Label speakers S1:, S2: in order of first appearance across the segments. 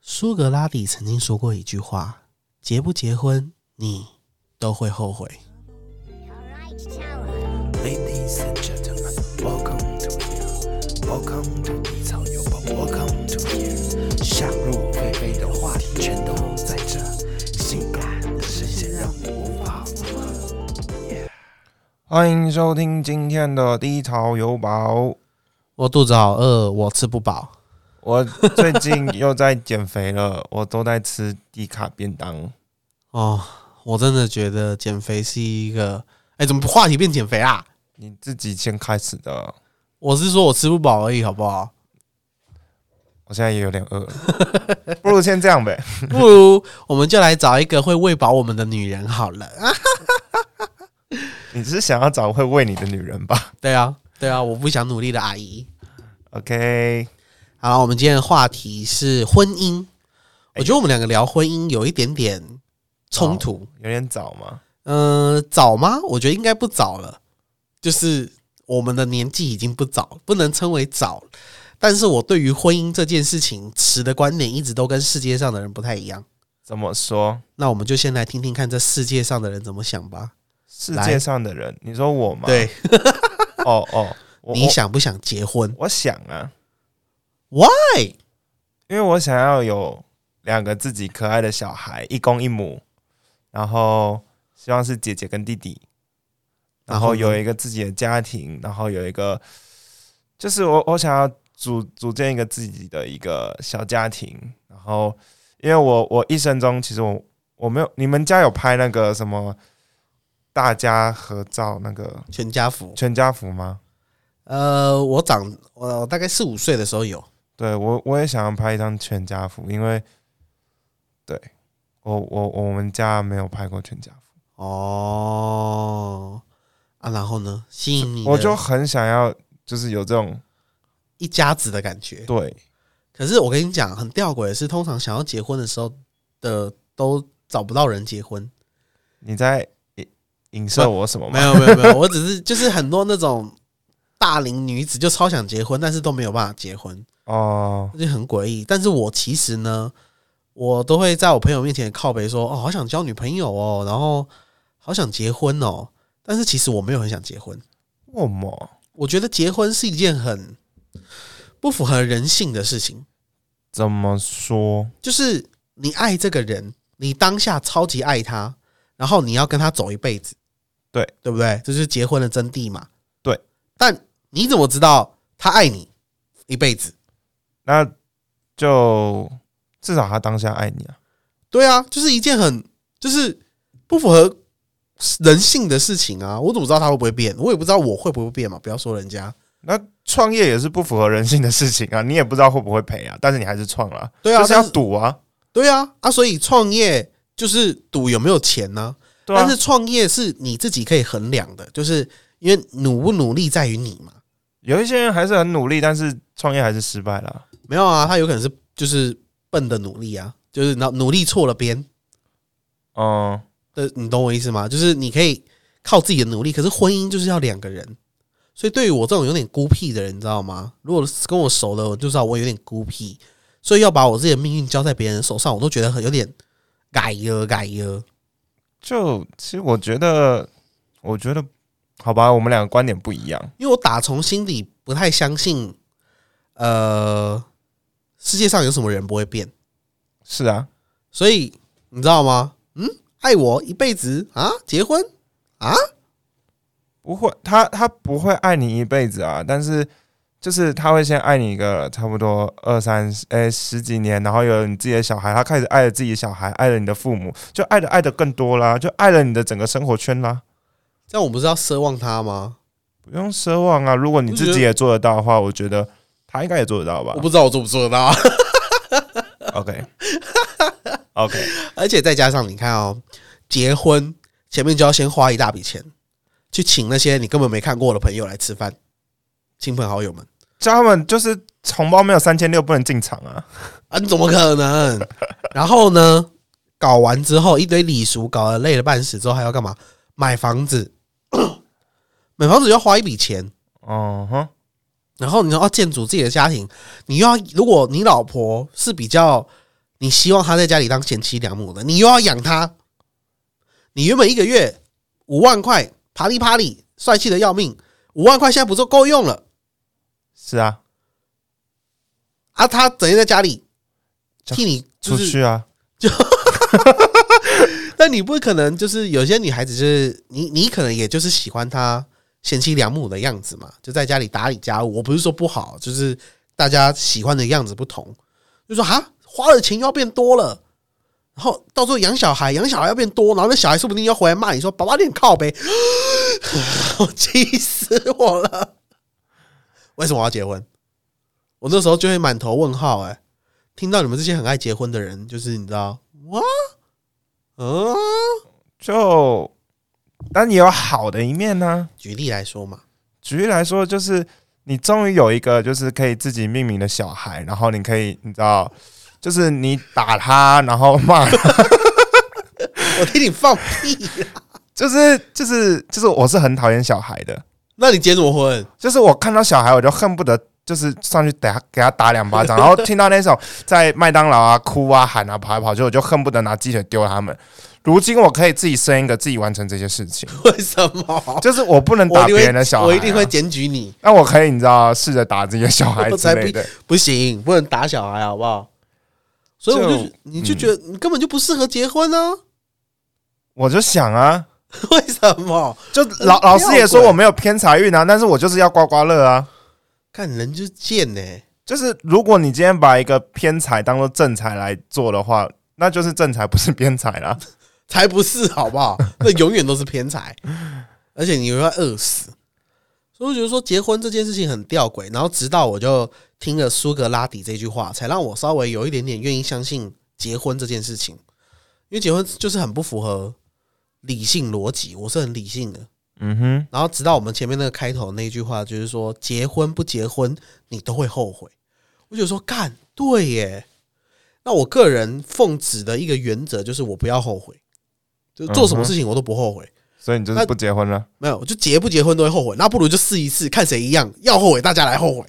S1: 苏格拉底曾经说过一句话：“结不结婚，你都会后悔。”
S2: Alright, tower.
S3: Ladies and gentlemen, welcome to here. Welcome to 低草有宝，Welcome to here。想入非非的话题全都在这，性感的声线让你无法自拔。
S4: 欢迎收听今天的低潮有宝。
S1: 我肚子好饿，我吃不饱。
S4: 我最近又在减肥了，我都在吃低卡便当。
S1: 哦，我真的觉得减肥是一个……哎，怎么话题变减肥啦？
S4: 你自己先开始的，
S1: 我是说我吃不饱而已，好不好？
S4: 我现在也有点 饿了，不如先这样呗。
S1: 不如我们就来找一个会喂饱我们的女人好了。啊，
S4: 你是想要找会喂你的女人吧
S1: 对啊，对啊，我不想努力的阿姨。
S4: ？OK，
S1: 好了，我们今天的话题是婚姻。我觉得我们两个聊婚姻有一点点冲突。
S4: 有点早吗？
S1: 嗯，早吗？我觉得应该不早了，就是我们的年纪已经不早，不能称为早。但是我对于婚姻这件事情持的观点一直都跟世界上的人不太一样。
S4: 怎么说？
S1: 那我们就先来听听看这世界上的人怎么想吧。
S4: 世
S1: 来
S4: 界上的人，你说我吗？，
S1: 对，
S4: 哦哦，我
S1: 你，想不想结婚
S4: 我我想啊，
S1: ？Why？
S4: 因为我想要有两个自己可爱的小孩，一公一母，然后希望是姐姐跟弟弟，然后
S1: 呢
S4: 有一个自己的家庭，然后有一个，就是我我想要组组建一个自己的一个小家庭，然后因为我我一生中其实我我没有，你们家有拍那个什么大家合照那个
S1: 全家福？
S4: 全家福吗？
S1: 呃，我长我我大概四五岁的时候有，
S4: 对我，我也想要拍一张全家福，因为对我我我们家没有拍过全家福，
S1: 哦啊，然后呢，吸引你的
S4: 我就很想要，就是有这种
S1: 一家子的感觉。
S4: 对
S1: 可是我跟你讲，很吊诡的是，通常想要结婚的时候的都找不到人结婚。
S4: 你在影影射我什么
S1: 没
S4: 吗？
S1: 有没有没有，我只是就是很多那种大龄女子就超想结婚，但是都没有办法结婚，
S4: 哦，
S1: 就很诡异。但是我其实呢，我都会在我朋友面前靠背说，哦，好想交女朋友哦，然后好想结婚哦。但是其实我没有很想结婚，
S4: 我么？
S1: 我觉得结婚是一件很不符合人性的事情。
S4: 怎么说？
S1: 就是你爱这个人，你当下超级爱他，然后你要跟他走一辈子，
S4: 对
S1: 对不对？这就是结婚的真谛嘛。
S4: 对，
S1: 但你怎么知道他爱你一辈子？
S4: 那就至少他当下爱你啊，
S1: 对啊，就是一件很就是不符合人性的事情啊！我怎么知道他会不会变？我也不知道我会不会变嘛。不要说人家，
S4: 那创业也是不符合人性的事情啊，你也不知道会不会赔啊，但是你还是创了、
S1: 对啊
S4: 就是要
S1: 但是
S4: 赌啊，
S1: 对啊啊！所以创业就是赌有没有钱呢、
S4: 对啊，
S1: 但是创业是你自己可以衡量的，就是因为努不努力在于你嘛。
S4: 有一些人还是很努力，但是创业还是失败了啊、
S1: 没有啊，他有可能是就是笨的努力啊，就是努努力错了边
S4: 嗯。
S1: 的，你懂我意思吗？就是你可以靠自己的努力，可是婚姻就是要两个人，所以对于我这种有点孤僻的人，你知道吗？如果是跟我熟的，我就知道我有点孤僻，所以要把我自己的命运交在别人手上，我都觉得很有点改了改了。
S4: 就其实我觉得，我觉得好吧，我们两个观点不一样。
S1: 因为我打从心底不太相信，呃，世界上有什么人不会变，
S4: 是啊，
S1: 所以你知道吗？嗯，爱我一辈子啊，结婚
S4: 不会，他他不会爱你一辈子啊，但是就是他会先爱你一个差不多二三十诶、十几年，然后有了你自己的小孩，他开始爱了自己的小孩，爱了你的父母，就爱的爱的更多啦，就爱了你的整个生活圈啦。
S1: 这样我们不是要奢望他吗？
S4: 不用奢望啊，如果你自己也做得到的话，我觉得他应该也做得到吧
S1: 我。不知道我做不做得到，啊
S4: OK OK，
S1: 而且再加上你看哦，结婚前面就要先花一大笔钱，去请那些你根本没看过的朋友来吃饭，亲朋好友们
S4: 叫他们就是红包没有三千六不能进场啊。
S1: 啊，你怎么可能？然后呢，搞完之后一堆礼俗，搞得累了半死之后还要干嘛？买房子， 买房子要花一笔钱，
S4: 嗯哼。
S1: 然后你要建筑自己的家庭，你又要如果你老婆是比较你希望他在家里当贤妻良母的，你又要养他，你原本一个月五万块，啪里啪里，帅气的要命，五万块现在不就够用了
S4: 是啊，
S1: 啊？他整天在家里
S4: 这
S1: 替你就
S4: 出
S1: 是，
S4: 去啊，
S1: 但你不可能就是有些女孩子就是你，你可能也就是喜欢她贤妻良母的样子嘛，就在家里打理家务。我不是说不好，就是大家喜欢的样子不同，就说哈花的钱又要变多了。然后到时候养小孩，养小孩要变多，然后那小孩说不定要回来骂你说：“爸爸，你很靠呗！”我气死我了！为什么我要结婚？我那时候就会满头问号、哎，听到你们这些很爱结婚的人，就是你知道哇，嗯、
S4: 就但也有好的一面呢、
S1: 举例来说嘛，
S4: 举例来说，就是你终于有一个就是可以自己命名的小孩，然后你可以你知道，就是你打他，然后骂他，
S1: 我听你放屁，
S4: 就是就是就是我是很讨厌小孩的，
S1: 那你结什么婚？
S4: 就是我看到小孩我就恨不得。就是上去等他给他打两巴掌，然后听到那种在麦当劳啊哭啊喊啊跑来跑去，我就恨不得拿鸡腿丢他们。如今我可以自己生一个，自己完成这些事情，
S1: 为什么？
S4: 就是我不能
S1: 哦我
S4: 打
S1: 一定
S4: 别人
S1: 会
S4: 的小，孩、啊
S1: 我一定会。检举你，
S4: 那我可以，你知道，试着打自己的小 孩
S1: 我
S4: 之
S1: 才
S4: 类
S1: 不
S4: 的。
S1: 不行，不能打小孩，好不好？所以我就
S4: 就嗯
S1: 你就觉得你根本就不适合结婚啊？
S4: 我就想啊，
S1: 为什么？
S4: 就老老师也说我没有偏财运啊，但是我就是要刮刮乐啊。
S1: 看人就是贱呢、
S4: 就是如果你今天把一个偏财当做正财来做的话，那就是正财，不是偏财啦。
S1: 才不是，好不好？那永远都是偏财，而且你又要饿死。所以我觉得说结婚这件事情很吊诡，然后直到我就听了苏格拉底这句话，才让我稍微有一点点愿意相信结婚这件事情，因为结婚就是很不符合理性逻辑，我是很理性的。
S4: 嗯哼，
S1: 然后直到我们前面那个开头那一句话，就是说结婚不结婚你都会后悔。我就说干对耶。那我个人奉旨的一个原则就是我不要后悔，就是做什么事情我都不后悔。
S4: 所以你就是不结婚了。
S1: 没有，就结不结婚都会后悔，那不如就试一次，看谁一样。要后悔，大家来后悔，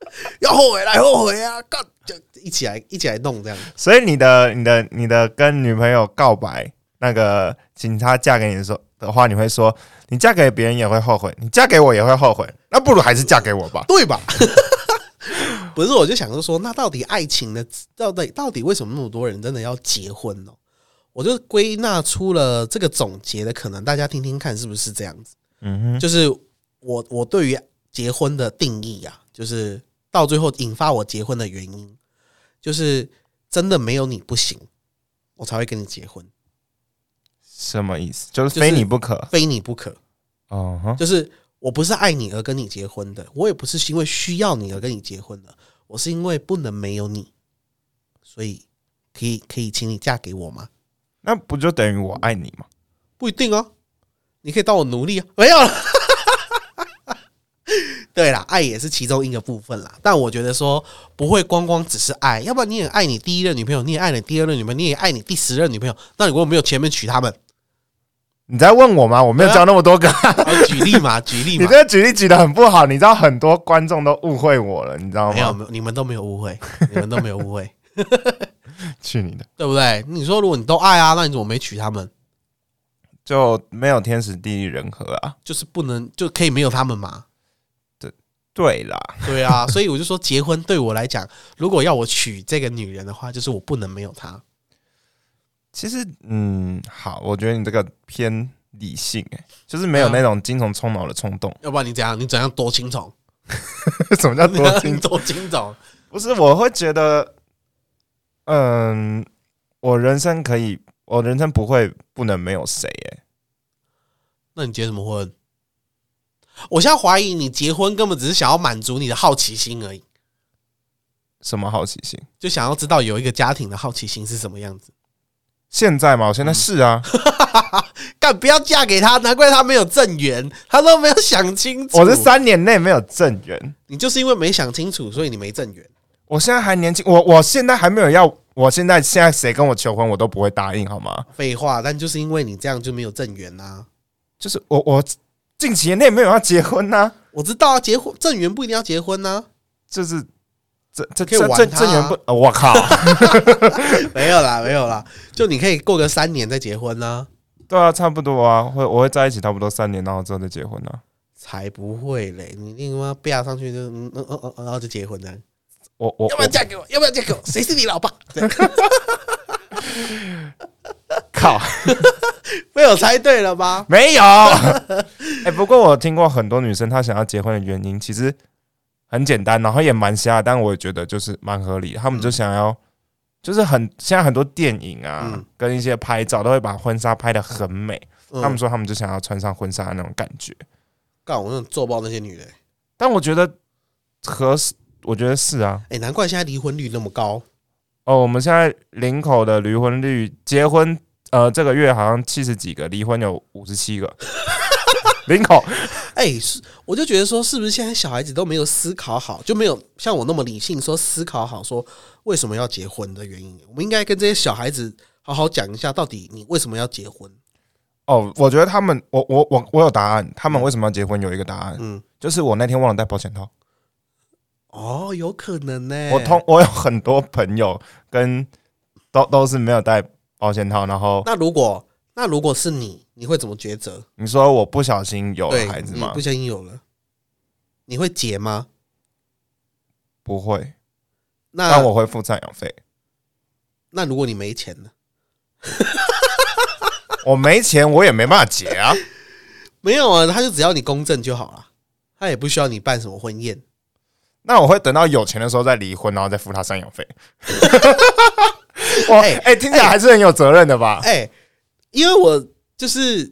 S1: 要后悔来后悔啊！干就一起来一起来弄这样。
S4: 所以你的、你的、你的跟女朋友告白，那个请她嫁给你的时候的话，你会说，你嫁给别人也会后悔，你嫁给我也会后悔，那不如还是嫁给我吧。
S1: 对吧？ 不是，我就想着说，那到底爱情的到底到底为什么那么多人真的要结婚呢、我就归纳出了这个总结的可能，大家听听看是不是这样子？
S4: 嗯哼，
S1: 就是我我对于结婚的定义啊，就是到最后引发我结婚的原因，就是真的没有你不行，我才会跟你结婚，
S4: 什么意思？就是
S1: 就是
S4: 非你不可。
S1: 非你不可。
S4: 哦哈，
S1: 就是我不是爱你而跟你结婚的，我也不是因为需要你而跟你结婚的，我是因为不能没有你，所以可以可以请你嫁给我吗？
S4: 那不就等于我爱你吗？
S1: 不一定哦，你可以当我奴隶啊，没有了。 对啦，爱也是其中一个部分啦，但我觉得说不会光光只是爱，要不然你也爱你第一任女朋友，你也爱你第二任女朋友，你也爱你第十任女朋友，那你如果没有前面娶他们，
S4: 你在问我吗？我没有教那么多 个，
S1: 我啊举例嘛，举例
S4: 你这
S1: 嘛，
S4: 个举例举的很不好，你知道很多观众都误会我了，你知道
S1: 没有，没
S4: 吗？
S1: 有你们都没有误会，你们都没有误会。
S4: 去你的，
S1: 对不对？你说如果你都爱啊，那你怎么没娶他们？
S4: 就没有天时地利人和啊。
S1: 就是不能就可以没有他们 嘛？
S4: 对啦，
S1: 对啊，所以我就说结婚对我来讲，如果要我娶这个女人的话，就是我不能没有她。
S4: 其实嗯，好，我觉得你这个偏理性、欸，就是没有
S1: 嗯
S4: 那种精虫充脑的冲动。
S1: 要不然你怎样？你怎样多青虫？
S4: 什么 叫
S1: 你
S4: 多精？
S1: 多青虫？
S4: 不是，我会觉得，嗯，我人生可以，我人生不会不能没有谁、欸，
S1: 那你结什么婚？我现在怀疑你结婚根本只是想要满足你的好奇心而已，
S4: 什么好奇心？
S1: 就想要知道有一个家庭的好奇心是什么样子。
S4: 现在嘛，我现在是啊，
S1: 干，不要嫁给他，难怪他没有正缘，他都没有想清楚。
S4: 我是，三年内没有正缘，
S1: 你就是因为没想清楚，所以你没正缘。
S4: 我现在还年轻，我我现在还没有要，我现在现在谁跟我求婚我都不会答应，好吗？
S1: 废话，但就是因为你这样就没有正缘啊呐、
S4: 就是我我近期内没有要结婚呐、
S1: 啊我知道啊，结婚正缘不一定要结婚呐、
S4: 就是这这
S1: 可以
S4: 这
S1: 玩啊
S4: 这
S1: 它
S4: 这年不， 呃我靠，
S1: 没有啦，没有啦，就你可以过个三年再结婚呢、
S4: 对啊，差不多啊，会我会在一起差不多三年，然后之后再结婚啊。
S1: 才不会嘞！你另外啪上去就嗯嗯嗯嗯，然后就结婚了。
S4: 我我
S1: 要不要嫁给我？要不要嫁给我？ 谁是你老爸？对
S4: 我靠，
S1: 被我猜对了吧？
S4: 没有。 哎、不过我听过很多女生她想要结婚的原因其实很简单，然后也蛮瞎，但我觉得就是蛮合
S1: 嗯
S4: 理的。他们就想要，就是很现在很多电影啊，
S1: 嗯
S4: 跟一些拍照都会把婚纱拍的很美。
S1: 嗯
S4: 他们说他们就想要穿上婚纱的那种感觉，
S1: 干我那种做爆那些女的、欸，
S4: 但我觉得合适，我觉得是啊。
S1: 哎、难怪现在离婚率那么高。
S4: 哦，我们现在林口的离婚率，结婚呃这个月好像七十几个，离婚有五十七个。 林口，
S1: 哎、是我就觉得说，是不是现在小孩子都没有思考好，就没有像我那么理性说思考好说为什么要结婚的原因？我们应该跟这些小孩子好好讲一下，到底你为什么要结婚？
S4: 哦，我觉得他们，我我我我有答案，他们为什么要结婚有一个答案，
S1: 嗯，
S4: 就是我那天忘了带保险套。
S1: 哦，有可能呢、
S4: 我通我有很多朋友跟都都是没有带保险套，然后
S1: 那如果那如果是你，你会怎么抉择？
S4: 你说我不小心有
S1: 对
S4: 哦了孩，子
S1: 你
S4: 吗
S1: 不？小心有了，你会结吗？
S4: 不会，
S1: 那
S4: 但我会付赡养费。
S1: 那如果你没钱呢？
S4: 我没钱，我也没办法结啊。
S1: 嗯没有啊，他就只要你公证就好了，他也不需要你办什么婚宴。
S4: 那我会等到有钱的时候再离婚，然后再付他赡 养费。我哎、
S1: 哎
S4: 听起来还是很有责任的吧？
S1: 哎、因为我就是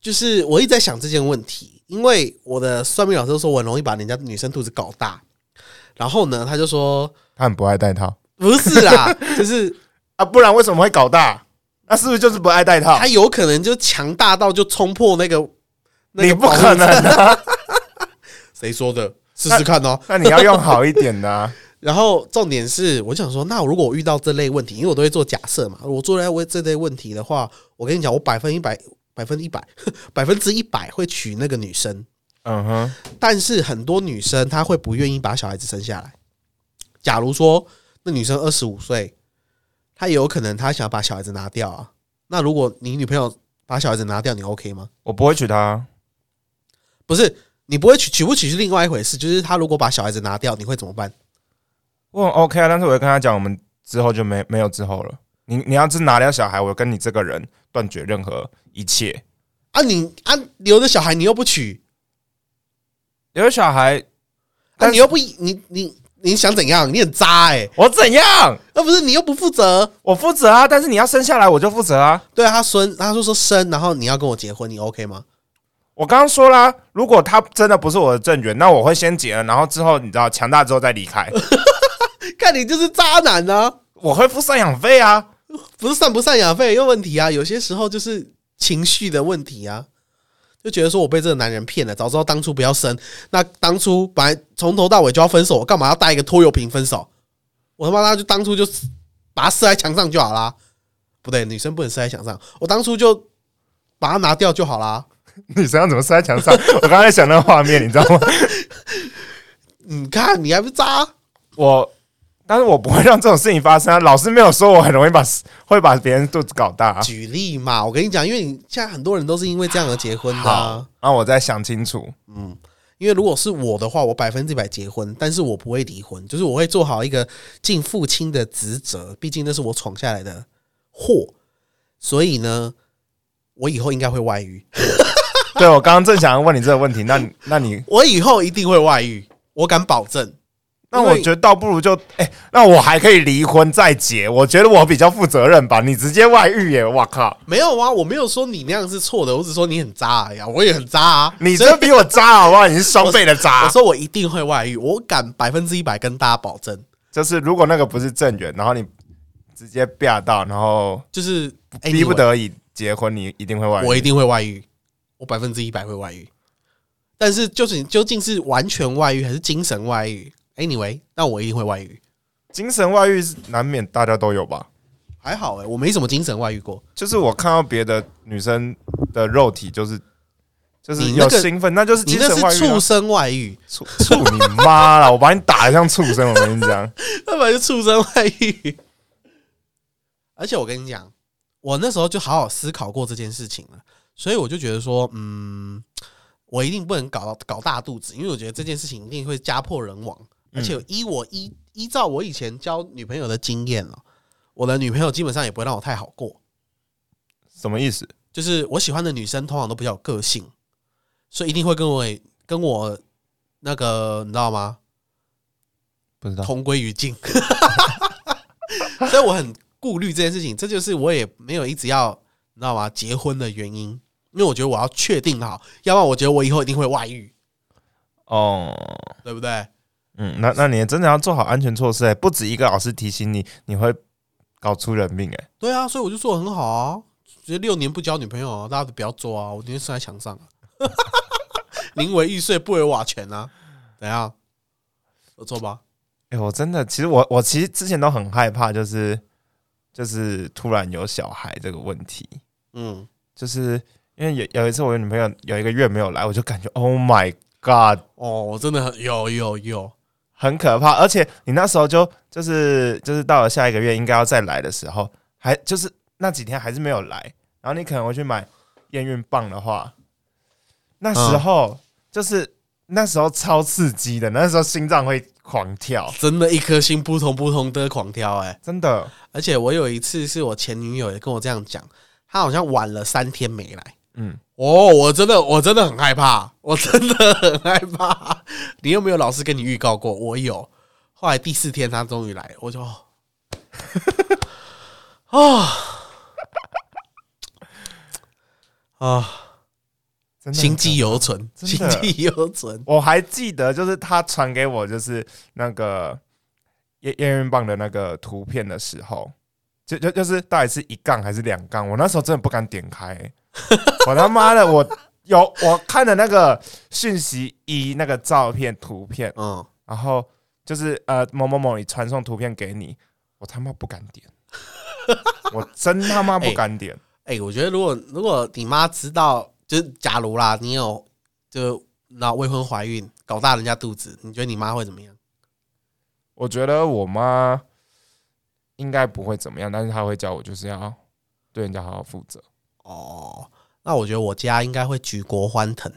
S1: 就是我一直在想这件问题，因为我的算命老师都说我很容易把人家女生肚子搞大，然后呢，他就说
S4: 他很不爱戴套
S1: 不是 啦，就是
S4: 啊，不然为什么会搞大？那是不是就是不爱戴套
S1: 他？有可能就强大到就冲破那个，那个
S4: 你不
S1: 保护
S4: 可能啊！
S1: 谁说的？试试看哦。
S4: 那你要用好一点的、啊。
S1: 然后重点是，我想说，那如果我遇到这类问题，因为我都会做假设嘛，我做了这类问题的话，我跟你讲，我百分一百、百分一百、 百分之一百会娶那个女生，
S4: 嗯哼，
S1: 但是很多女生她会不愿意把小孩子生下来。假如说那女生二十五岁，她也有可能她想把小孩子拿掉啊。那如果你女朋友把小孩子拿掉，你 OK 吗？
S4: 我不会娶她，啊
S1: 不是，你不会娶娶不娶是另外一回事，就是她如果把小孩子拿掉，你会怎么办？
S4: 我很 OK 啊，但是我会跟他讲，我们之后就没没有之后了。你你要是拿掉小孩，我跟你这个人断绝任何一切。
S1: 啊你，啊留着小孩你又不娶，
S4: 有了小孩，
S1: 啊
S4: 但
S1: 你又不你你你想怎样？你很渣哎、欸，
S4: 我怎样？
S1: 啊不是你又不负责。
S4: 我负责啊，但是你要生下来，我就负责啊。
S1: 对啊，他孙他说说生，然后你要跟我结婚，你 OK 吗？
S4: 我刚刚说啦，如果他真的不是我的正缘，那我会先结了，然后之后你知道强大之后再离 开，
S1: 看你就是渣男啊！
S4: 我会付赡养费啊。
S1: 不是赡不赡养费有问题啊，有些时候就是情绪的问题啊，就觉得说我被这个男人骗了，早知道当初不要生，那当初本来从头到尾就要分手，我干嘛要带一个拖油瓶分手？我他妈那就当初就把它射在墙上就好啦，不对，女生不能射在墙上，我当初就把它拿掉就好啦。
S4: 你身上怎么塞在墙上？我刚才想那个画面，你知道吗？
S1: 你看你还不渣？
S4: 我，但是我不会让这种事情发生、啊。老师没有说我很容易把 会把别人肚子搞大、啊。
S1: 举例嘛，我跟你讲，因为你现在很多人都是因为这样而结婚的、
S4: 好
S1: 啊。，
S4: 那我再想清楚。
S1: 因为如果是我的话，我百分之百结婚，但是我不会离婚，就是我会做好一个尽父亲的职责，毕竟那是我闯下来的祸，所以呢，我以后应该会外遇，
S4: 对我刚刚正想要问你这个问题，那你那你
S1: 我以后一定会外遇，我敢保证。
S4: 那我觉得倒不如就哎、那我还可以离婚再结，我觉得我比较负责任吧。你直接外遇耶，我靠！
S1: 没有啊，我没有说你那样是错的，我只说你很渣而已、啊，我也很渣啊。
S4: 你
S1: 所以
S4: 这比我渣好不好？你是双倍的渣。
S1: 我说我一定会外遇，我敢百分之一百跟大家保证，
S4: 就是如果那个不是正缘，然后你直接啪到，然后
S1: 就是哎
S4: 逼不，得已结婚，你一定会外
S1: anyway，我一
S4: 遇。
S1: 定会外遇，我百分之一百会外遇。但是就是你究竟是完全外遇还是精神外遇？Anyway，那我一定会外遇。
S4: 精神外遇是难免大家都有吧？
S1: 还好哎、我没什么精神外遇过。
S4: 就是我看到别的女生的肉体，就是就是
S1: 你那
S4: 有
S1: 个
S4: 兴奋，那就是
S1: 你
S4: 精
S1: 那
S4: 神外
S1: 是
S4: 遇啊、
S1: 畜生外遇，
S4: 畜畜你妈了！我把你打得像畜生，我跟你讲，
S1: 那本来就畜生外遇。而且我跟你讲，我那时候就好好思考过这件事情了，所以我就觉得说，嗯，我一定不能搞到搞大肚子，因为我觉得这件事情一定会家破人亡。而且依我依依照我以前交女朋友的经验了，我的女朋友基本上也不会让我太好过。
S4: 什么意思？
S1: 就是我喜欢的女生通常都比较有个性，所以一定会跟我跟我那个你知道吗？
S4: 不知道。
S1: 同归于尽。所以我很顾虑这件事情，这就是我也没有一直要你知道吗？结婚的原因，因为我觉得我要确定好，要不然我觉得我以后一定会外遇，
S4: 哦，
S1: 对不对？
S4: 嗯，那那你真的要做好安全措施、欸，不止一个老师提醒你，你会搞出人命哎、
S1: 对啊，所以我就做的很好啊，直接六年不交女朋友啊，大家都不要做啊，我宁愿睡在墙上啊， 宁为玉碎不为瓦全啊，怎样？我做吧。
S4: 哎、我真的，其实我我其实之前都很害怕，就是就是突然有小孩这个问题，
S1: 嗯，
S4: 就是因为有有一次我有女朋友有一个月没有来，我就感觉 Oh my God，
S1: 哦，我真的很有有有，
S4: 很可怕。而且你那时候就就是就是到了下一个月应该要再来的时候，还就是那几天还是没有来，然后你可能会去买验孕棒的话，那时候、就是那时候超刺激的，那时候心脏会狂跳，
S1: 真的，一颗心扑通扑通的狂跳哎、
S4: 真的，
S1: 而且我有一次是我前女友也跟我这样讲，她好像晚了三天没来。
S4: 嗯，
S1: 哦，我真的我真的很害怕， 我真的很害怕。你有没有老师跟你预告过？我有。后来第四天她终于来，我就哦 啊
S4: 真的
S1: 心悸犹存，
S4: 真
S1: 心
S4: 的
S1: 悸犹存。
S4: 我还记得，就是他传给我就是那个验验孕棒的那个图片的时候，就就就是到底是一杠还是两杠？我那时候真的不敢点开、欸我他妈的，我有我看的那个讯息一那个照片图片，
S1: 嗯，
S4: 然后就是呃某某某你传送图片给你，我他妈不敢点，我真他妈不敢点。
S1: 哎、我觉得如果如果你妈知道，就是假如啦，你有就那未婚怀孕搞大人家肚子，你觉得你妈会怎么样？
S4: 我觉得我妈应该不会怎么样，但是她会教我就是要对人家好好负责。
S1: 哦，那我觉得我家应该会举国欢腾，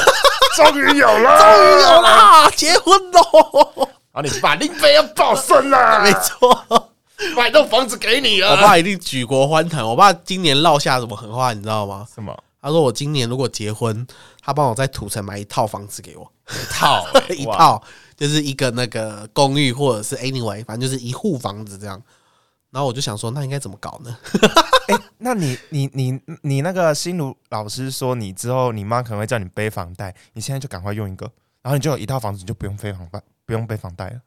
S4: 终于有了，
S1: 终于有！啦，结婚喽！
S4: 啊，你把林飞要抱孙 了，
S1: 没错，
S4: 买栋房子给你啊
S1: 我。爸一定举国欢腾。我爸今年落下什么狠话，你知道吗？
S4: 什么
S1: 他说我今年如果结婚，他帮我在土城买一套房子给我，
S4: 套
S1: 一套就是一个那个公寓或者是 anyway，反正就是一户房子这样。然后我就想说，那应该怎么搞呢？
S4: 哎、那你你你你那个心如老师说，你之后你妈可能会叫你背房贷，你现在就赶快用一个，然后你就有一套房子，你就不用背房贷，不用背房贷了。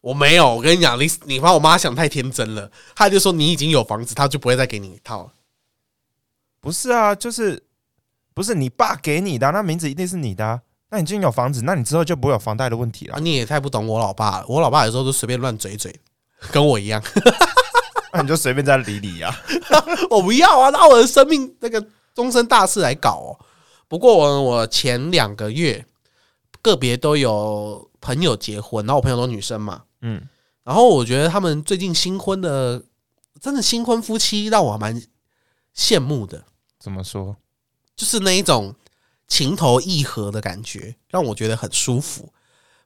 S1: 我没有，我跟你讲，你你把我妈想太天真了。她就说你已经有房子，她就不会再给你一套了。
S4: 不是啊，就是不是你爸给你的啊、那名字一定是你的啊、那你已经有房子，那你之后就不会有房贷的问题了
S1: 啊，。你也太不懂我老爸了。我老爸有时候都随便乱嘴嘴，跟我一样。
S4: 那你就随便在理理啊。
S1: 我不要啊，拿我的生命那个终身大事来搞哦。不过我我前两个月个别都有朋友结婚，然后我朋友都女生嘛，
S4: 嗯，
S1: 然后我觉得他们最近新婚的，真的新婚夫妻让我蛮羡慕的，
S4: 怎么说？
S1: 就是那一种情投意合的感觉，让我觉得很舒服。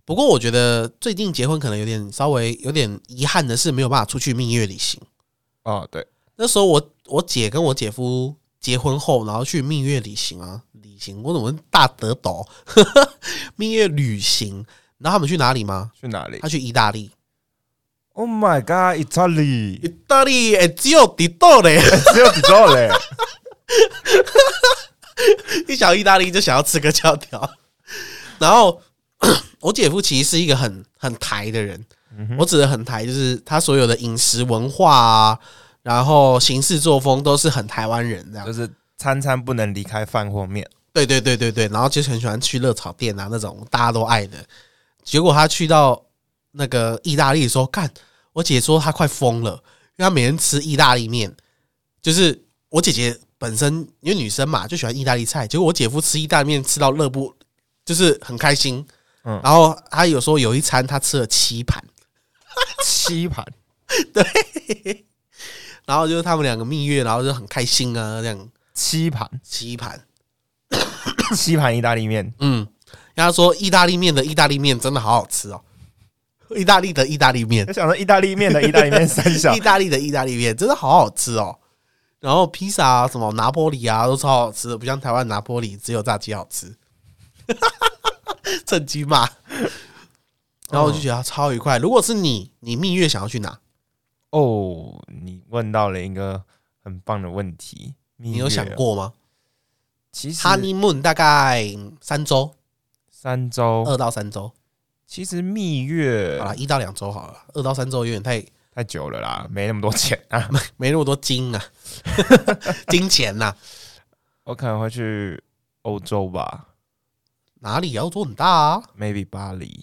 S1: 不过我觉得最近结婚可能有点稍微有点遗憾的是，没有办法出去蜜月旅行。
S4: 哦，对，
S1: 那时候我我姐跟我姐夫结婚后，然后去蜜月旅行啊，旅行我怎么大得抖？ 蜜月旅行，然后他们去哪里吗？
S4: 去哪里
S1: 他去意大利，
S4: ？Oh my god，Italy，
S1: 意大利诶，只有地豆嘞！
S4: 只有 Italy 嘞。
S1: 一想到意大利就想要吃个教条。然后 我姐夫其实是一个很很台的人，我指的很台就是他所有的饮食文化啊，然后行事作风都是很台湾人这样
S4: 就。是餐餐不能离开饭或面。
S1: 对对对对对，然后就是很喜欢去热炒店啊那种大家都爱的。结果他去到那个意大利的时候，干，我姐说她快疯了，因为她每天吃意大利面，就是我姐姐。本身因为女生嘛就喜欢意大利菜，结果我姐夫吃意大利面吃到乐不，就是很开心。
S4: 嗯
S1: 然后他有时候有一餐他吃了七盘，
S4: 七盘，
S1: 然后就是他们两个蜜月，然后就很开心啊，这样
S4: 七盘，
S1: 七盘。
S4: 七盘意大利面，
S1: 嗯，人家说意大利面的意大利面真的好好吃哦，意大利的意大利面
S4: 我，想说意大利面的意大利面三 小
S1: 意，大利的意大利面真的好好吃哦。然后披萨啊，什么拿坡里啊，都超好吃的，不像台湾拿坡里只有炸鸡好吃。 趁机骂，然后我就觉得超愉快。如果是你，你蜜月想要去哪？
S4: 哦，你问到了一个很棒的问题，
S1: 你
S4: 你
S1: 有想？过吗
S4: 其实
S1: ？Honeymoon 大概三周，
S4: 三周，
S1: 二到三周，
S4: 其实蜜月
S1: 好了，一到两周好了，二到三周有点太
S4: 太久了啦，没那么多钱啊。
S1: 没那么多金 啊，金钱呐、
S4: 我可能会去欧洲吧
S1: 哪里要做很大啊？
S4: ，maybe 巴黎。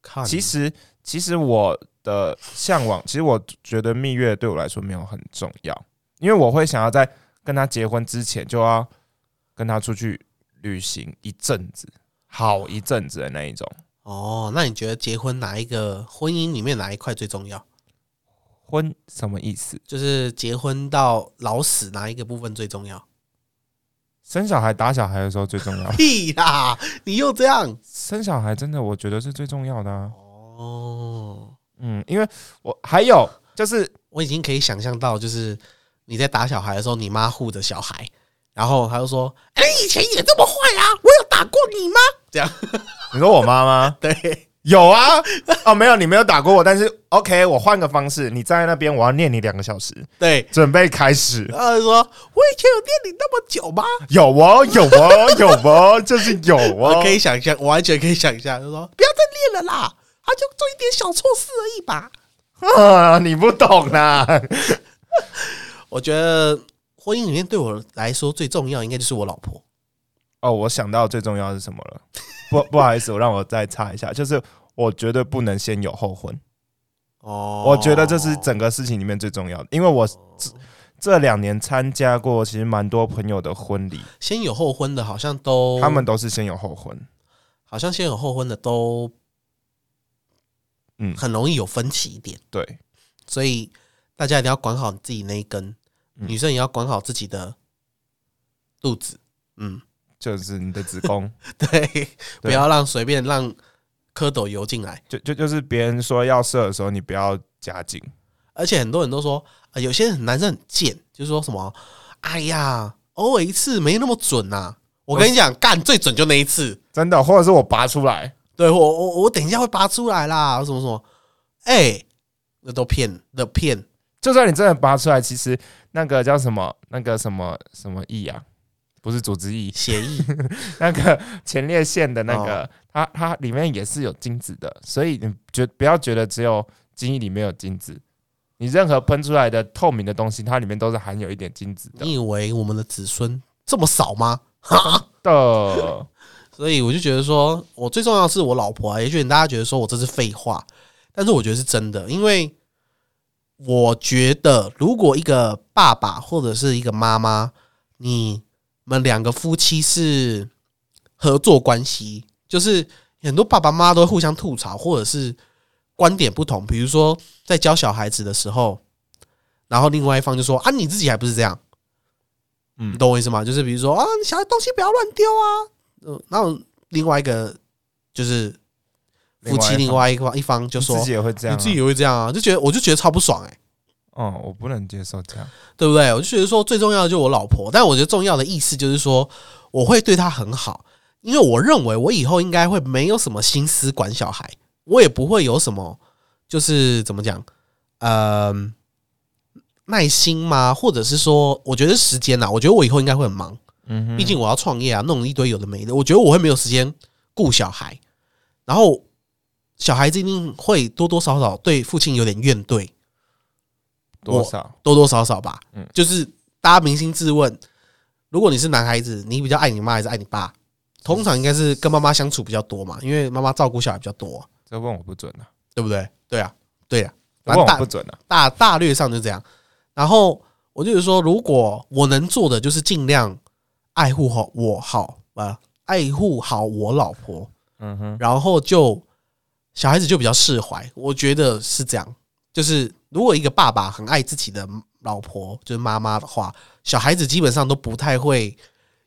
S1: 看，
S4: 其实，其实我的向往，其实我觉得蜜月对我来说没有很重要，因为我会想要在跟他结婚之前就要跟他出去旅行一阵子，好一阵子的那一种。
S1: 哦，那你觉得结婚哪一个婚姻里面哪一块最重要？
S4: 婚什么意思？
S1: 就是结婚到老死哪一个部分最重要？。
S4: 生小孩、打小孩的时候最重要
S1: 屁啦，你又这样
S4: 生小孩真的，我觉得是最重要的啊。
S1: 哦！
S4: 嗯，因为我还有就是
S1: 我已经可以想象到，就是你在打小孩的时候，你妈护着小孩，然后她就说：“哎、你以前也这么坏啊，我有打过你吗？”这样
S4: 你说我妈妈
S1: 对，
S4: 有啊？哦，没有，你没有打过我，但是 OK，我换个方式，你站在那边，我要念你两个小时，
S1: 对，
S4: 准备开始。
S1: 然后她就说：“我以前有念你那么久吗？”
S4: 有哦，有哦，有哦，就是有哦
S1: 我。可以想象，我完全可以想象，就说不要再练了啦，他就做一点小错事而已吧。
S4: 啊，你不懂啦。
S1: 我觉得婚姻里面对我来说最重要，应该就是我老婆。
S4: 哦，我想到最重要的是什么了？不，不好意思，我让我再插一下，就是我觉得不能先有后婚。
S1: 哦
S4: 我觉得这是整个事情里面最重要的，因为我这这两年参加过其实蛮多朋友的婚礼，
S1: 先有后婚的，好像都
S4: 他们都是先有后婚。
S1: 好像先有后婚的都，
S4: 嗯
S1: 很容易有分歧一点，
S4: 对，
S1: 所以大家一定要管好你自己那一根，
S4: 嗯
S1: 女生也要管好自己的肚子，嗯，
S4: 就是你的子宫，
S1: 对，不要让随便让蝌蚪游进来。
S4: 就就就是别人说要射的时候，你不要夹紧。
S1: 而且很多人都说，呃、有些人男生很贱，就是说什么，哎呀，偶尔一次没那么准呐、啊我跟你讲，干最准就那一次，
S4: 真的，或者是我拔出来，
S1: 对我我我等一下会拔出来啦，什么什么，哎、那都骗的骗，
S4: 就算你真的拔出来，其实那个叫什么，那个什么什么翼啊，不是组织翼，
S1: 协议
S4: 那个前列腺的那个，
S1: 哦
S4: 它它里面也是有精子的，所以你觉不要觉得只有精液里面有精子，你任何喷出来的透明的东西，它里面都是含有一点精子的
S1: 你以为我们的子孙这么少吗？
S4: 的。
S1: 所以我就觉得说，我最重要的是我老婆啊，也许大家觉得说我这是废话，但是我觉得是真的，因为我觉得如果一个爸爸或者是一个妈妈，你们两个夫妻是合作关系，就是很多爸爸妈妈都会互相吐槽，或者是观点不同，比如说在教小孩子的时候，然后另外一方就说啊，你自己还不是这样。
S4: 嗯
S1: 你懂我意思吗？就是比如说啊，你小孩东西不要乱丢啊，嗯，然后另外一个就是夫妻另外一方一方就
S4: 就
S1: 说，
S4: 自己也会这样、
S1: 你
S4: 啊，
S1: 自己也会这样啊，就觉得我就觉得超不爽哎、
S4: 哦，我不能接受这样。
S1: 对不对？我就觉得说最重要的就是我老婆，但我觉得重要的意思就是说我会对她很好，因为我认为我以后应该会没有什么心思管小孩，我也不会有什么就是怎么讲，嗯、耐心吗？或者是说，我觉得时间呐、啊我觉得我以后应该会很忙，
S4: 嗯哼，
S1: 毕竟我要创业啊，弄一堆有的没的，我觉得我会没有时间顾小孩，然后小孩子一定会多多少少对父亲有点怨怼，
S4: 多少？
S1: 多多少少吧。
S4: 嗯
S1: 就是大家扪心自问，如果你是男孩子，你比较爱你妈还是爱你爸？通常应该是跟妈妈相处比较多嘛，因为妈妈照顾小孩比较多，
S4: 这问我不准啊，
S1: 对不对？对啊，对啊，
S4: 这问
S1: 蛮
S4: 我
S1: 大
S4: 不准啊。
S1: 大大略上就这样。然后我就是说，如果我能做的就是尽量爱护好我好啊，爱护好我老婆，
S4: 嗯哼，
S1: 然后就小孩子就比较释怀。我觉得是这样，就是如果一个爸爸很爱自己的老婆，就是妈妈的话，小孩子基本上都不太会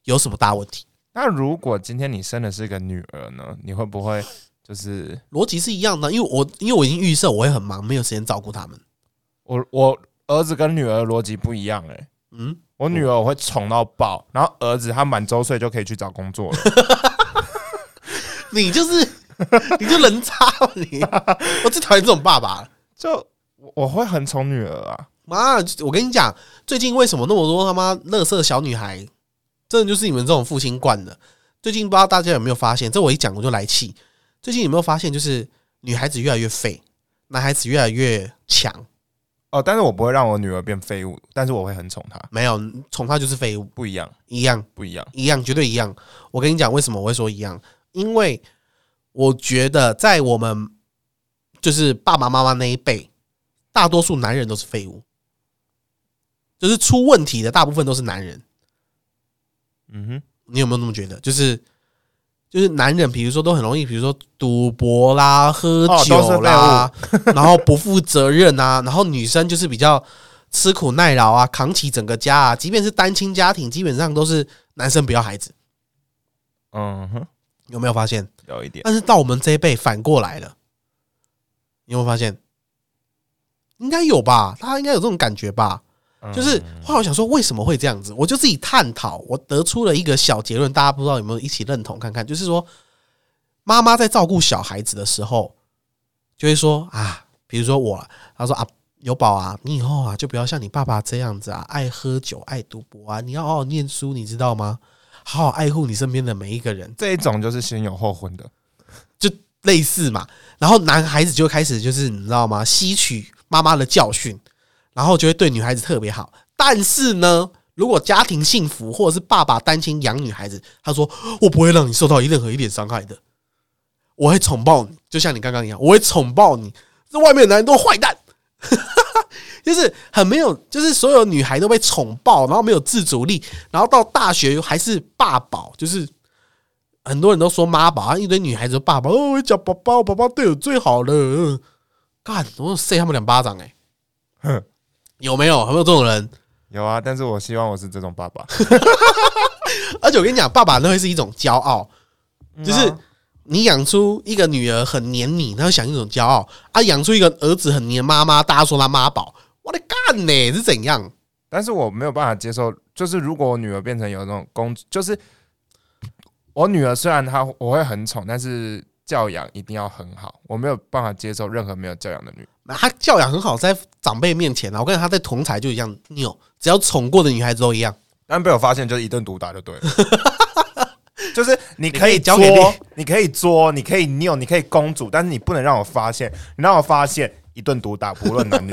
S1: 有什么大问题。
S4: 那如果今天你生的是一个女儿呢，你会不会就是
S1: 逻辑是一样的，因为我因为我已经预设我会很忙，没有时间照顾他们。
S4: 我我儿子跟女儿的逻辑不一样哎、
S1: 嗯，
S4: 我女儿我会宠到爆，然后儿子他满周岁就可以去找工作了。
S1: 你就是你就人渣吧你，我最讨厌这种爸爸了。
S4: 就我我会很宠女儿啊，
S1: 妈，我跟你讲，最近为什么那么多他妈乐色小女孩？真的就是你们这种父亲惯的。最近不知道大家有没有发现，这我一讲我就来气。最近有没有发现，就是女孩子越来越废，男孩子越来越强？
S4: 哦，但是我不会让我女儿变废物，但是我会很宠她，
S1: 没有，宠她就是废物，
S4: 不一样，
S1: 一样
S4: 不一样。
S1: 一样，绝对一样。我跟你讲，为什么我会说一样？因为我觉得在我们就是爸爸妈妈那一辈，大多数男人都是废物，就是出问题的大部分都是男人。
S4: 嗯哼，
S1: 你有没有那么觉得？就是就是男人，比如说都很容易，比如说赌博啦、喝
S4: 哦都是
S1: 酒啦， 然后不负责任啊，然后女生就是比较吃苦耐劳啊，扛起整个家啊，即便是单亲家庭，基本上都是男生不要孩子，
S4: 嗯哼，
S1: 有没有发现？
S4: 有一点，
S1: 但是到我们这一辈反过来了，你有没有发现？应该有吧，大家应该有这种感觉吧？就是后来我想说，为什么会这样子？我就自己探讨，我得出了一个小结论，大家不知道有没有一起认同看看？就是说，妈妈在照顾小孩子的时候，就会说啊，比如说我啦，她说啊，有宝啊，你以后啊就不要像你爸爸这样子啊，爱喝酒、爱赌博啊，你要好好念书，你知道吗？好好爱护你身边的每一个人，
S4: 这一种就是先有后婚的，
S1: 就类似嘛。然后男孩子就开始就是你知道吗？吸取妈妈的教训，然后就会对女孩子特别好。但是呢，如果家庭幸福或者是爸爸单亲养女孩子，他说我不会让你受到任何一点伤害的，我会宠爆你，就像你刚刚一样，我会宠爆你。这外面的男人都是坏蛋。 就是很没有，就是所有女孩都被宠爆，然后没有自主力，然后到大学还是爸宝，就是很多人都说妈宝，啊一堆女孩子都爸爸，哦，我讲宝宝，我宝宝对我最好了。嗯干，我塞他们两巴掌哎、
S4: 哼
S1: 有没有？有没有这种人？
S4: 有啊，但是我希望我是这种爸爸，
S1: 而且我跟你讲，爸爸那会是一种骄傲， 就是
S4: 嗯啊
S1: 你养出一个女儿很黏你，他会想一种骄傲啊；养出一个儿子很黏妈妈，大家说他妈宝，我的干呢是怎样？
S4: 但是我没有办法接受，就是如果我女儿变成有那种公，就是我女儿虽然她我会很宠，但是教养一定要很好，我没有办法接受任何没有教养的女。
S1: 他教养很好，在长辈面前啊，我跟你讲，他在同才就一样拗，只要宠过的女孩子都一样。
S4: 但被我发现就是一顿毒打就对了。就是你可
S1: 你可以
S4: 以
S1: 交给
S4: 作
S1: 你，
S4: 你可以作，你可以拗，你可以公主，但是你不能让我发现，你让我发现一顿毒打，不论男女，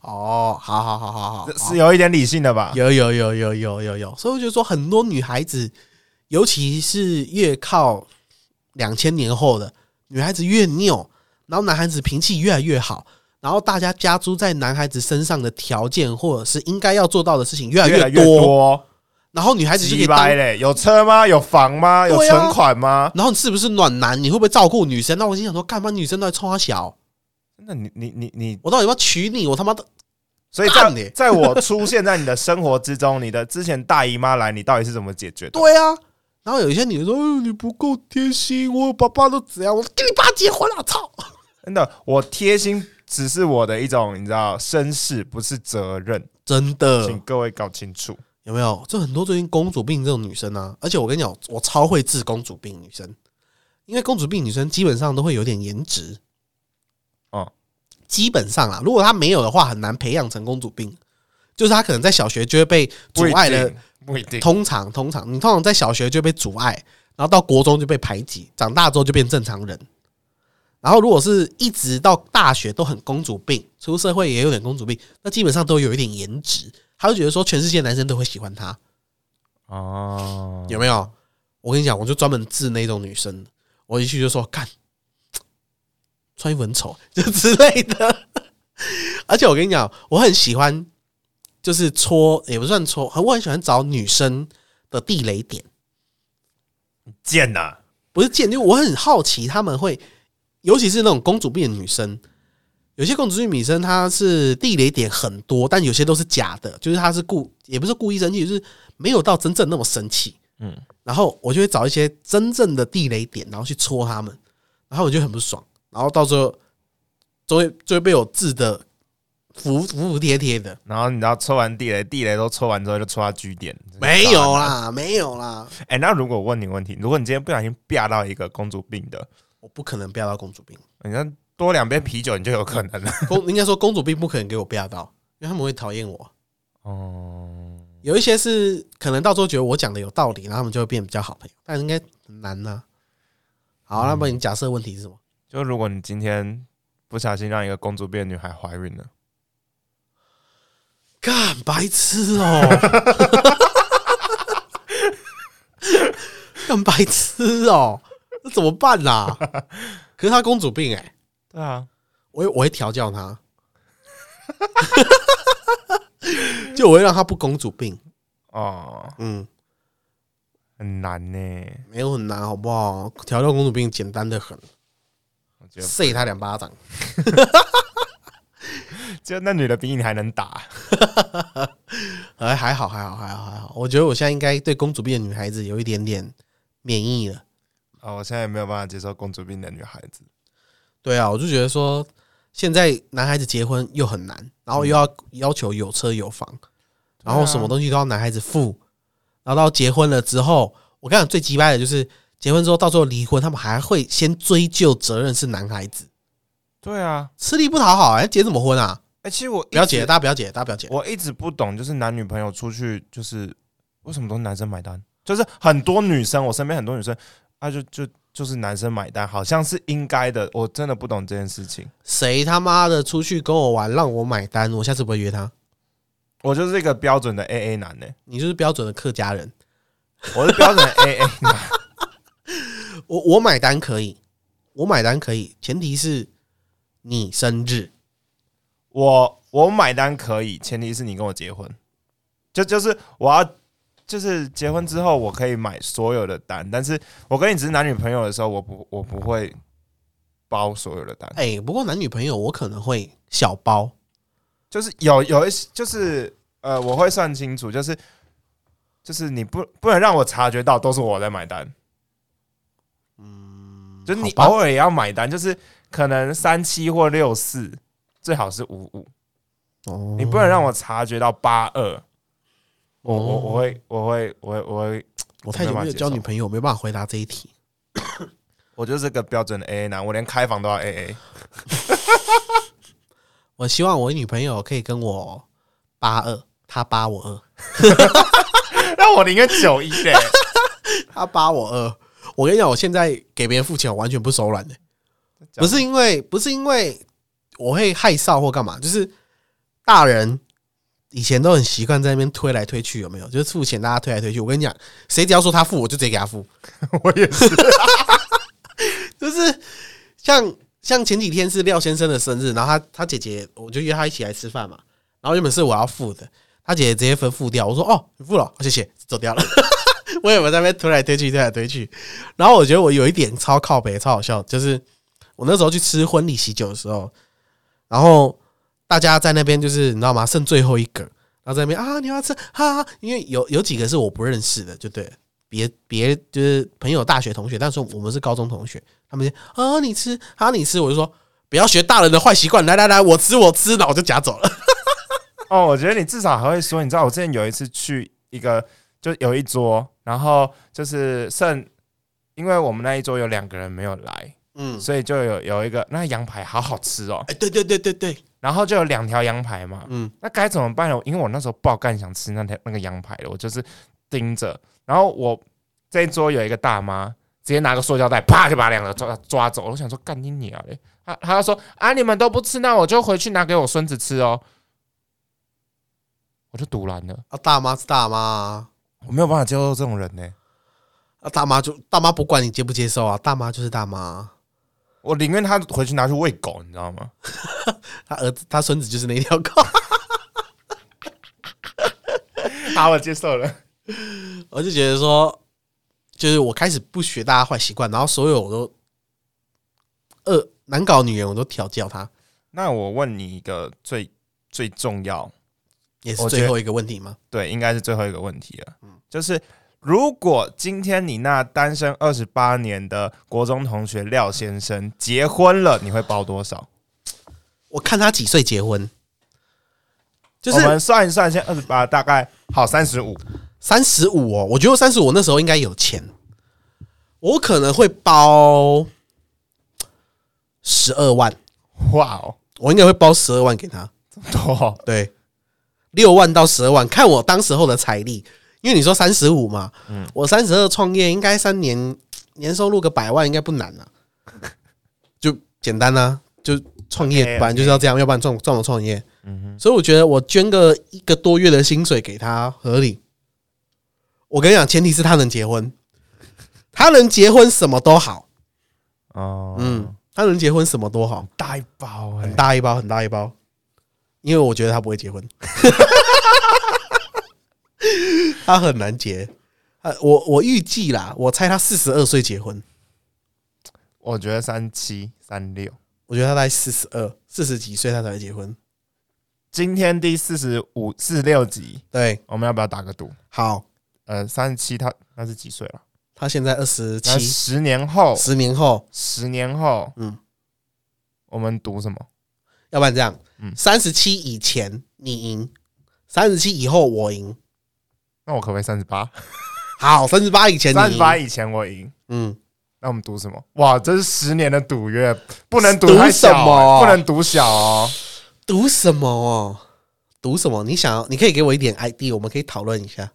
S1: 哦，好好好好好，
S4: 这
S1: 好
S4: 是有一点理性的吧？
S1: 有有有有有有有，所以我觉得说很多女孩子，尤其是越靠两千年后的女孩子越拗，然后男孩子脾气越来越好，然后大家加诸在男孩子身上的条件或者是应该要做到的事情越来
S4: 越来
S1: 多，
S4: 啊越多，
S1: 然后女孩子就可以
S4: 鸡
S1: 当
S4: 掰，嘞！有车吗？有房吗？有
S1: 对啊
S4: 存款吗？
S1: 然后你是不是暖男？你会不会照顾女生？那我心想说，干嘛女生都在冲他小？
S4: 那你你你你，
S1: 我到底要不要娶你？我他妈的
S4: 所以
S1: 干
S4: 在
S1: 嘞
S4: 在我出现在你的生活之中，你的之前大姨妈来，你到底是怎么解决的？
S1: 对啊。然后有一些女人说：“哎呦你不够贴心，我爸爸都怎样，我跟你爸结婚了，操！”
S4: 真的，我贴心只是我的一种，你知道，绅士不是责任，
S1: 真的
S4: 请各位搞清楚。
S1: 有没有？就很多最近公主病这种女生啊，而且我跟你讲，我超会治公主病女生，因为公主病女生基本上都会有点颜值，
S4: 哦，
S1: 基本上啊，如果她没有的话，很难培养成公主病，就是她可能在小学就会被阻
S4: 不一
S1: 碍了
S4: 定，不一定。
S1: 通常通常，你通常在小学就被阻碍，然后到国中就被排挤，长大之后就变正常人。然后如果是一直到大学都很公主病，出社会也有点公主病，那基本上都有一点颜值，他就觉得说全世界男生都会喜欢他，
S4: 哦，
S1: 有没有？我跟你讲，我就专门治那种女生的，我一去就说干，穿衣服很丑，就之类的。而且我跟你讲，我很喜欢就是戳，也不算戳，很我很喜欢找女生的地雷点，啊
S4: 贱呐！
S1: 不是贱，就我很好奇他们会，尤其是那种公主病的女生，有些公主病女生她是地雷点很多，但有些都是假的，就是她是故也不是故意生气，就是没有到真正那么生气。
S4: 嗯，
S1: 然后我就会找一些真正的地雷点，然后去戳他们，然后我就很不爽，然后到时候就会就会被我治的服服服帖帖的。
S4: 然后你知道抽完地雷，地雷都抽完之后就抽到据点，
S1: 没有啦，没有啦，
S4: 哎、那如果我问你问题，如果你今天不小心啪到一个公主病的，
S1: 我不可能飙到公主病。
S4: 你要多两杯啤酒，你就有可能了。
S1: 公应该说公主病不可能给我飙到，因为他们会讨厌我。
S4: 哦，
S1: 有一些是可能到时候觉得我讲的有道理，然后他们就会变比较好朋友，但应该很难呐、好，那么你假设问题是什么？
S4: 就如果你今天不小心让一个公主病的女孩怀孕了，
S1: 干白痴哦、 干白痴哦、那怎么办啦、可是她公主病哎、
S4: 对啊，
S1: 我会我会调教她， 就我会让她不公主病。
S4: 哦，
S1: 嗯，
S4: 很难呢、
S1: 没有很难，好不好？调教公主病简单的很，
S4: 我觉得，
S1: 塞她两巴掌。
S4: 就那女的比你还能打，
S1: 哎，还好，还好，还好，还好。我觉得我现在应该对公主病的女孩子有一点点免疫了。
S4: 哦，我现在也没有办法接受公主病的女孩子，
S1: 对啊，我就觉得说，现在男孩子结婚又很难，然后又要要求有车有房，然后什么东西都要男孩子付，然后到结婚了之后，我跟你讲最鸡掰的就是结婚之后，到最后离婚，他们还会先追究责任是男孩子，
S4: 对啊，
S1: 吃力不讨好、哎，结什么婚啊？
S4: 哎、其实我
S1: 不要
S4: 解
S1: 结，大家不要结，大家不要结。
S4: 我一直不懂，就是男女朋友出去，就是为什么都是男生买单？就是很多女生，我身边很多女生，啊，就就就是男生买单，好像是应该的。我真的不懂这件事情。
S1: 谁他妈的出去跟我玩，让我买单，我下次不会约他。
S4: 我就是一个标准的 A A 男呢、
S1: 你就是标准的客家人。
S4: 我是标准的 A A 男。
S1: 我我买单可以，我买单可以，前提是你生日。
S4: 我我买单可以，前提是你跟我结婚。就就是我要，就是结婚之后我可以买所有的单，但是我跟你只是男女朋友的时候，我不我不会包所有的单。
S1: 哎、不过男女朋友我可能会小包，
S4: 就是有有一些，就是呃，我会算清楚，就是就是你不不能让我察觉到都是我在买单，嗯，就是你
S1: 好吧
S4: 偶尔也要买单，就是可能三七或六四，最好是五五，
S1: 哦
S4: 你不能让我察觉到八二。我我
S1: 哦
S4: 我会我会我会我会，
S1: 我太久没有交女朋友，我没办法回答这一题。
S4: 我就是个标准的 A A 男，我连开房都要 A A。
S1: 我希望我女朋友可以跟我八二，她八我二，
S4: 那我宁愿九一 嘞，
S1: 她八我二。我跟你讲，我现在给别人付钱，我完全不手软的、不是因为不是因为我会害臊或干嘛，就是大人以前都很习惯在那边推来推去，有没有？就是付钱大家推来推去。我跟你讲，谁只要说他付，我就直接给他付。
S4: 我也是，
S1: 就是像像前几天是廖先生的生日，然后他他姐姐，我就约他一起来吃饭嘛。然后原本是我要付的，他姐姐直接分付掉。我说哦，你付了，谢谢，走掉了。 我也没有在那边推来推去，推来推去。然后我觉得我有一点超靠北，超好笑，就是我那时候去吃婚礼喜酒的时候，然后大家在那边就是你知道吗？剩最后一个，然后在那边啊，你要吃哈、啊，因为有有几个是我不认识的，就对了。别别就是朋友大学同学，但是我们是高中同学，他们就啊你吃啊你吃，我就说不要学大人的坏习惯，来来来我吃我吃，然后我就夹走了。
S4: 哦，我觉得你至少还会说，你知道我之前有一次去一个，就有一桌，然后就是剩，因为我们那一桌有两个人没有来，
S1: 嗯，
S4: 所以就有有一个那羊排好好吃哦，
S1: 哎对对对对对，
S4: 然后就有两条羊排嘛，
S1: 嗯
S4: 那该怎么办呢？因为我那时候爆干想吃那条那个羊排了，我就是盯着，然后我这一桌有一个大妈，直接拿个塑胶袋啪就把两个抓抓走，我想说干你娘嘞！她她就说啊你们都不吃，那我就回去拿给我孙子吃哦，我就堵拦了。
S1: 啊大妈是大妈啊，
S4: 我没有办法接受这种人呢、
S1: 啊大妈就大妈不管你接不接受啊，大妈就是大妈啊，
S4: 我宁愿他回去拿去喂狗，你知道吗？
S1: 他儿子他孙子就是那条狗。
S4: 好，我接受了。
S1: 我就觉得说，就是我开始不学大家坏习惯，然后所有我都，呃，难搞女人我都调教她，
S4: 那我问你一个最最重要，
S1: 也是
S4: 我觉得
S1: 最后一个问题吗？
S4: 对，应该是最后一个问题了，
S1: 嗯
S4: 就是如果今天你那单身二十八年的国中同学廖先生结婚了，你会包多少？
S1: 我看她几岁结婚，就
S4: 我
S1: 是
S4: 们算一算，现在二十八，大概好三十五，
S1: 三十五哦，我觉得三十五那时候应该有钱，我可能会包十二万，
S4: 哇哦，
S1: 我应该会包十二万给她，
S4: 这么多，
S1: 对，六万到十二万，看我当时候的财力。因为你说三十五嘛，
S4: 嗯
S1: 我三十二创业，应该三年年收入个百万，应该不难 啊，就简单啊，就创业
S4: OK，OK
S1: 本来就是要这样，要不然赚赚么创业？
S4: 嗯哼，
S1: 所以我觉得我捐个一个多月的薪水给他合理。我跟你讲，前提是他能结婚，他能结婚什么都好，
S4: 哦，
S1: 嗯，他能结婚什么都好，
S4: 大一包哎、
S1: 很大一包，很大一包。因为我觉得他不会结婚， 他很难结。呃，我我预计啦，我猜他四十二岁结婚，
S4: 我觉得三七三六，
S1: 我觉得他大概四十二、四十几岁他才会结婚。
S4: 今天第四十五、四十六集，
S1: 对，
S4: 我们要不要打个赌？
S1: 好，
S4: 呃，三十七，他那是几岁了？
S1: 他现在二十七，
S4: 那十年后，
S1: 十年后，
S4: 十年后，
S1: 嗯，
S4: 我们赌什么？
S1: 要不然这样
S4: 嗯，
S1: 三十七以前你赢，三十七以后我赢。
S4: 那我可不可以三十八？
S1: 好，三十八以前你
S4: 三十八
S1: 赢，
S4: 以前我赢，
S1: 嗯，
S4: 那我们赌什么？哇，这是十年的赌约，不能赌
S1: 赌
S4: 太小、哎
S1: 什么
S4: 不能赌小哦。
S1: 赌什么哦？赌什么？你想要，你可以给我一点 ID，我们可以讨论一下。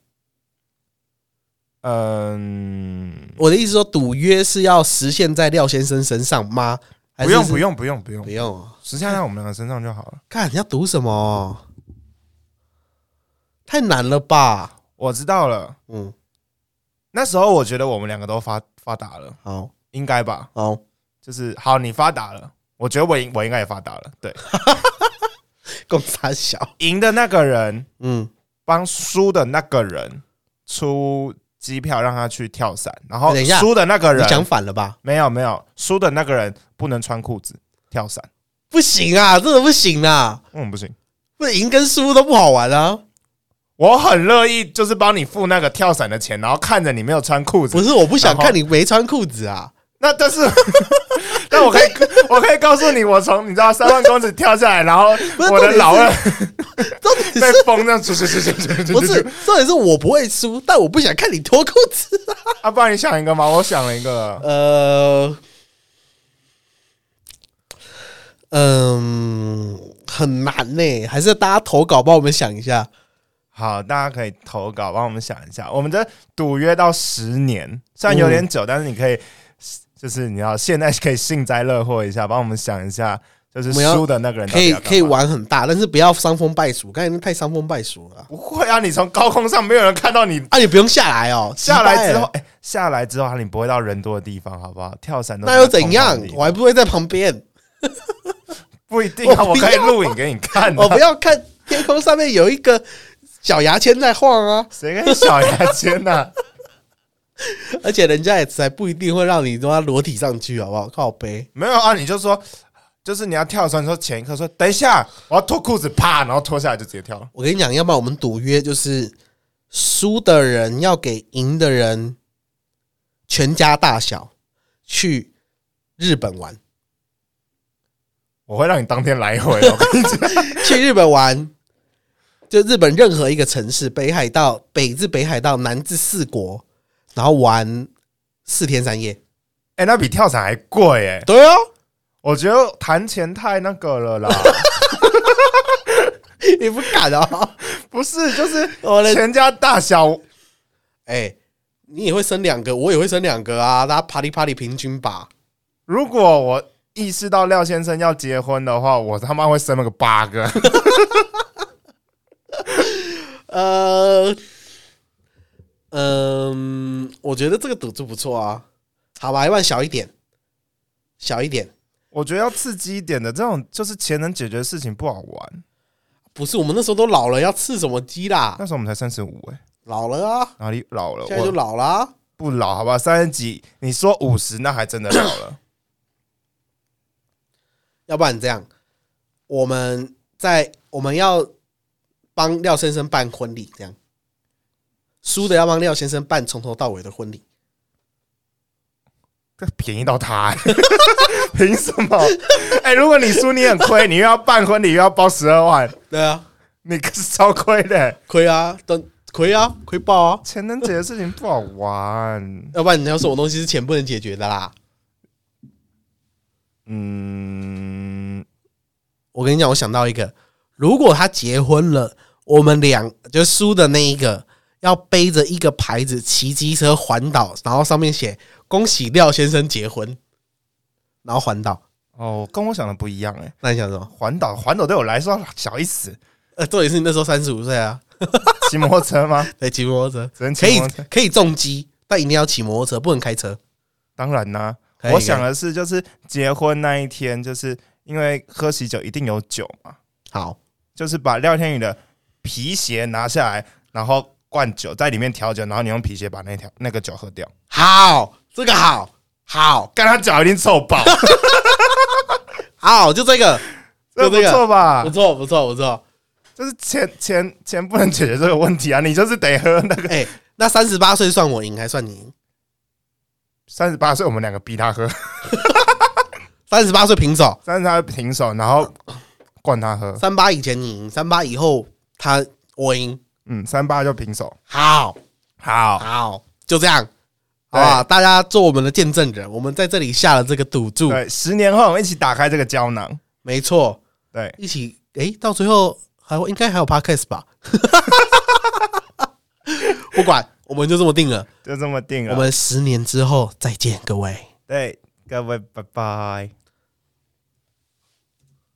S4: 嗯，
S1: 我的意思说，赌约是要实现在廖先生身上吗？还
S4: 不
S1: 是
S4: 用不用不用不
S1: 不
S4: 用，
S1: 用哦，
S4: 实际上在我们两个身上就好了。
S1: 看你要赌什么哦？太难了吧？
S4: 我知道了，
S1: 嗯，
S4: 那时候我觉得我们两个都发发达了，
S1: 好
S4: 应该吧？
S1: 好，
S4: 就是好，你发达了，我觉得我应我应该也发达了。对，
S1: 共差小，
S4: 赢的那个人
S1: 嗯，
S4: 帮输的那个人出机票让他去跳伞，然后
S1: 等一下
S4: 输的那个
S1: 你
S4: 人
S1: 讲反了吧？
S4: 没有没有，输的那个人不能穿裤子跳伞，
S1: 不行啊，这个不行啊，
S4: 嗯，不行。
S1: 不赢跟输都不好玩啊。
S4: 我很乐意，就是帮你付那个跳伞的钱，然后看着你没有穿裤子。
S1: 不是，我不想
S4: 然后
S1: 看你没穿裤子 啊。
S4: 那，但是，但我可以，我可以告诉你，我从你知道三万公尺跳下来，然后
S1: 是
S4: 我的老二
S1: 重点
S4: 被
S1: 是
S4: 风这样，出出出出出
S1: 不是重点是我不会输，但我不想看你脱裤子。
S4: 啊，不然你想一个吗？我想了一个，
S1: 呃，嗯，很难呢、还是大家投稿帮我们想一下。
S4: 好，大家可以投稿，帮我们想一下。我们的赌约到十年，虽然有点久，但是你可以，就是你要现在可以幸灾乐祸一下，帮我们想一下，就是
S1: 我们要
S4: 输的那个人到
S1: 可
S4: 底
S1: 以
S4: 要干嘛
S1: 可以玩很大，但是不要伤风败俗，刚才那太伤风败俗了啊。
S4: 不会啊，你从高空上没有人看到你
S1: 啊，你不用下来哦，
S4: 下来之
S1: 击
S4: 后，
S1: 败了
S4: 哎、下来之后你不会到人多的地方，好不好？跳伞都
S1: 那又怎样
S4: 在空旷？地
S1: 我还不会在旁边，
S4: 不一定啊，
S1: 我
S4: 我
S1: 不
S4: 可以
S1: 要
S4: 录影给你看、啊。
S1: 我不，要看天空上面有一个小牙签在晃啊。
S4: 谁跟你小牙签呐、啊？
S1: 而且人家也才不一定会让你都要裸体上去，好不好？靠背，
S4: 没有啊，你就说，就是你要跳的时候，你说前一刻说等一下，我要脱裤子，啪，然后脱下来就直接跳了。
S1: 我跟你讲，要不然我们赌约就是输的人要给赢的人全家大小去日本 玩，
S4: 我会让你当天来回，哦我跟你讲。
S1: 去日本玩，就日本任何一个城市，北海道北至北海道，南至四国，然后玩四天三夜。
S4: 哎、那比跳伞还贵哎、
S1: 对哦，
S4: 我觉得谈钱太那个了 啦，
S1: 你不敢哦？
S4: 不是，就是
S1: 我的
S4: 全家大小
S1: 哎、你也会生两个，我也会生两个啊，大家 party party 平均吧。
S4: 如果我意识到廖先生要结婚的话，我他妈会生了个八个。
S1: 呃，嗯、我觉得这个赌注不错啊。好吧，要不然小一点，小一点，
S4: 我觉得要刺激一点的，这种就是钱能解决的事情不好玩。
S1: 不是我们那时候都老了，要刺什么鸡啦
S4: 那？时候我们才三十五哎，
S1: 老了啊，
S4: 哪里老了？
S1: 现在就
S4: 我
S1: 老啊啦、
S4: 不老好吧？三十几，你说五十，那还真的老了。
S1: 要不然这样，我们在我们要帮廖先生办婚礼，这样输的要帮廖先生办从头到尾的婚礼。
S4: 这便宜到他、欸， 凭什么？哎、如果你输，你很亏，你又要办婚礼，又要包十二万，
S1: 对啊，
S4: 你可是超亏的、欸
S1: 亏啊，等亏啊，亏爆啊！
S4: 情人节的事情不好玩，
S1: 要不然你要什么东西是钱不能解决的啦？
S4: 嗯，
S1: 我跟你讲，我想到一个，如果他结婚了，我们俩就输的那一个要背着一个牌子骑机车环岛，然后上面写“恭喜廖先生结婚”，然后环岛。
S4: 哦，跟我想的不一样哎、
S1: 那你想 什么？
S4: 环岛，环岛对我来说小意思，
S1: 呃，重点是你那时候三十五岁啊，
S4: 骑摩托车吗？
S1: 对，骑摩托车
S4: 只能骑
S1: 可以
S4: 摩托车
S1: 可以重机，但一定要骑摩托车，不能开车。
S4: 当然啦、
S1: 可以
S4: 我想的是，就是结婚那一天，就是因为喝喜酒一定有酒嘛，
S1: 好，
S4: 就是把廖天宇的皮鞋拿下来，然后灌酒在里面调酒，然后你用皮鞋把那条那个酒喝掉，
S1: 好，这个好，好，
S4: 干他脚一定臭爆，
S1: 好，就这个，
S4: 这
S1: 就
S4: 不
S1: 这
S4: 错
S1: 个，
S4: 吧
S1: 不？错，不错，不错。
S4: 就是钱钱钱不能解决这个问题啊，你就是得喝那个。
S1: 哎、那三十八岁算我赢还算你赢？
S4: 三十八岁，我们两个逼他喝，
S1: 三十八岁平手，
S4: 三十八平手，然后灌他喝，
S1: 三八以前你赢，三八以后他我赢。
S4: 嗯，三八就平手。
S1: 好，
S4: 好，
S1: 好，就这样，好吧？大家做我们的见证人，我们在这里下了这个赌注，
S4: 对，十年后我们一起打开这个胶囊。
S1: 没错，
S4: 对，
S1: 一起哎、到最后还会应该还有 podcast 吧？ 不管，我们就这么定了。
S4: 就这么定了。
S1: 我们十年之后再见，各位。
S4: 对各位，拜拜。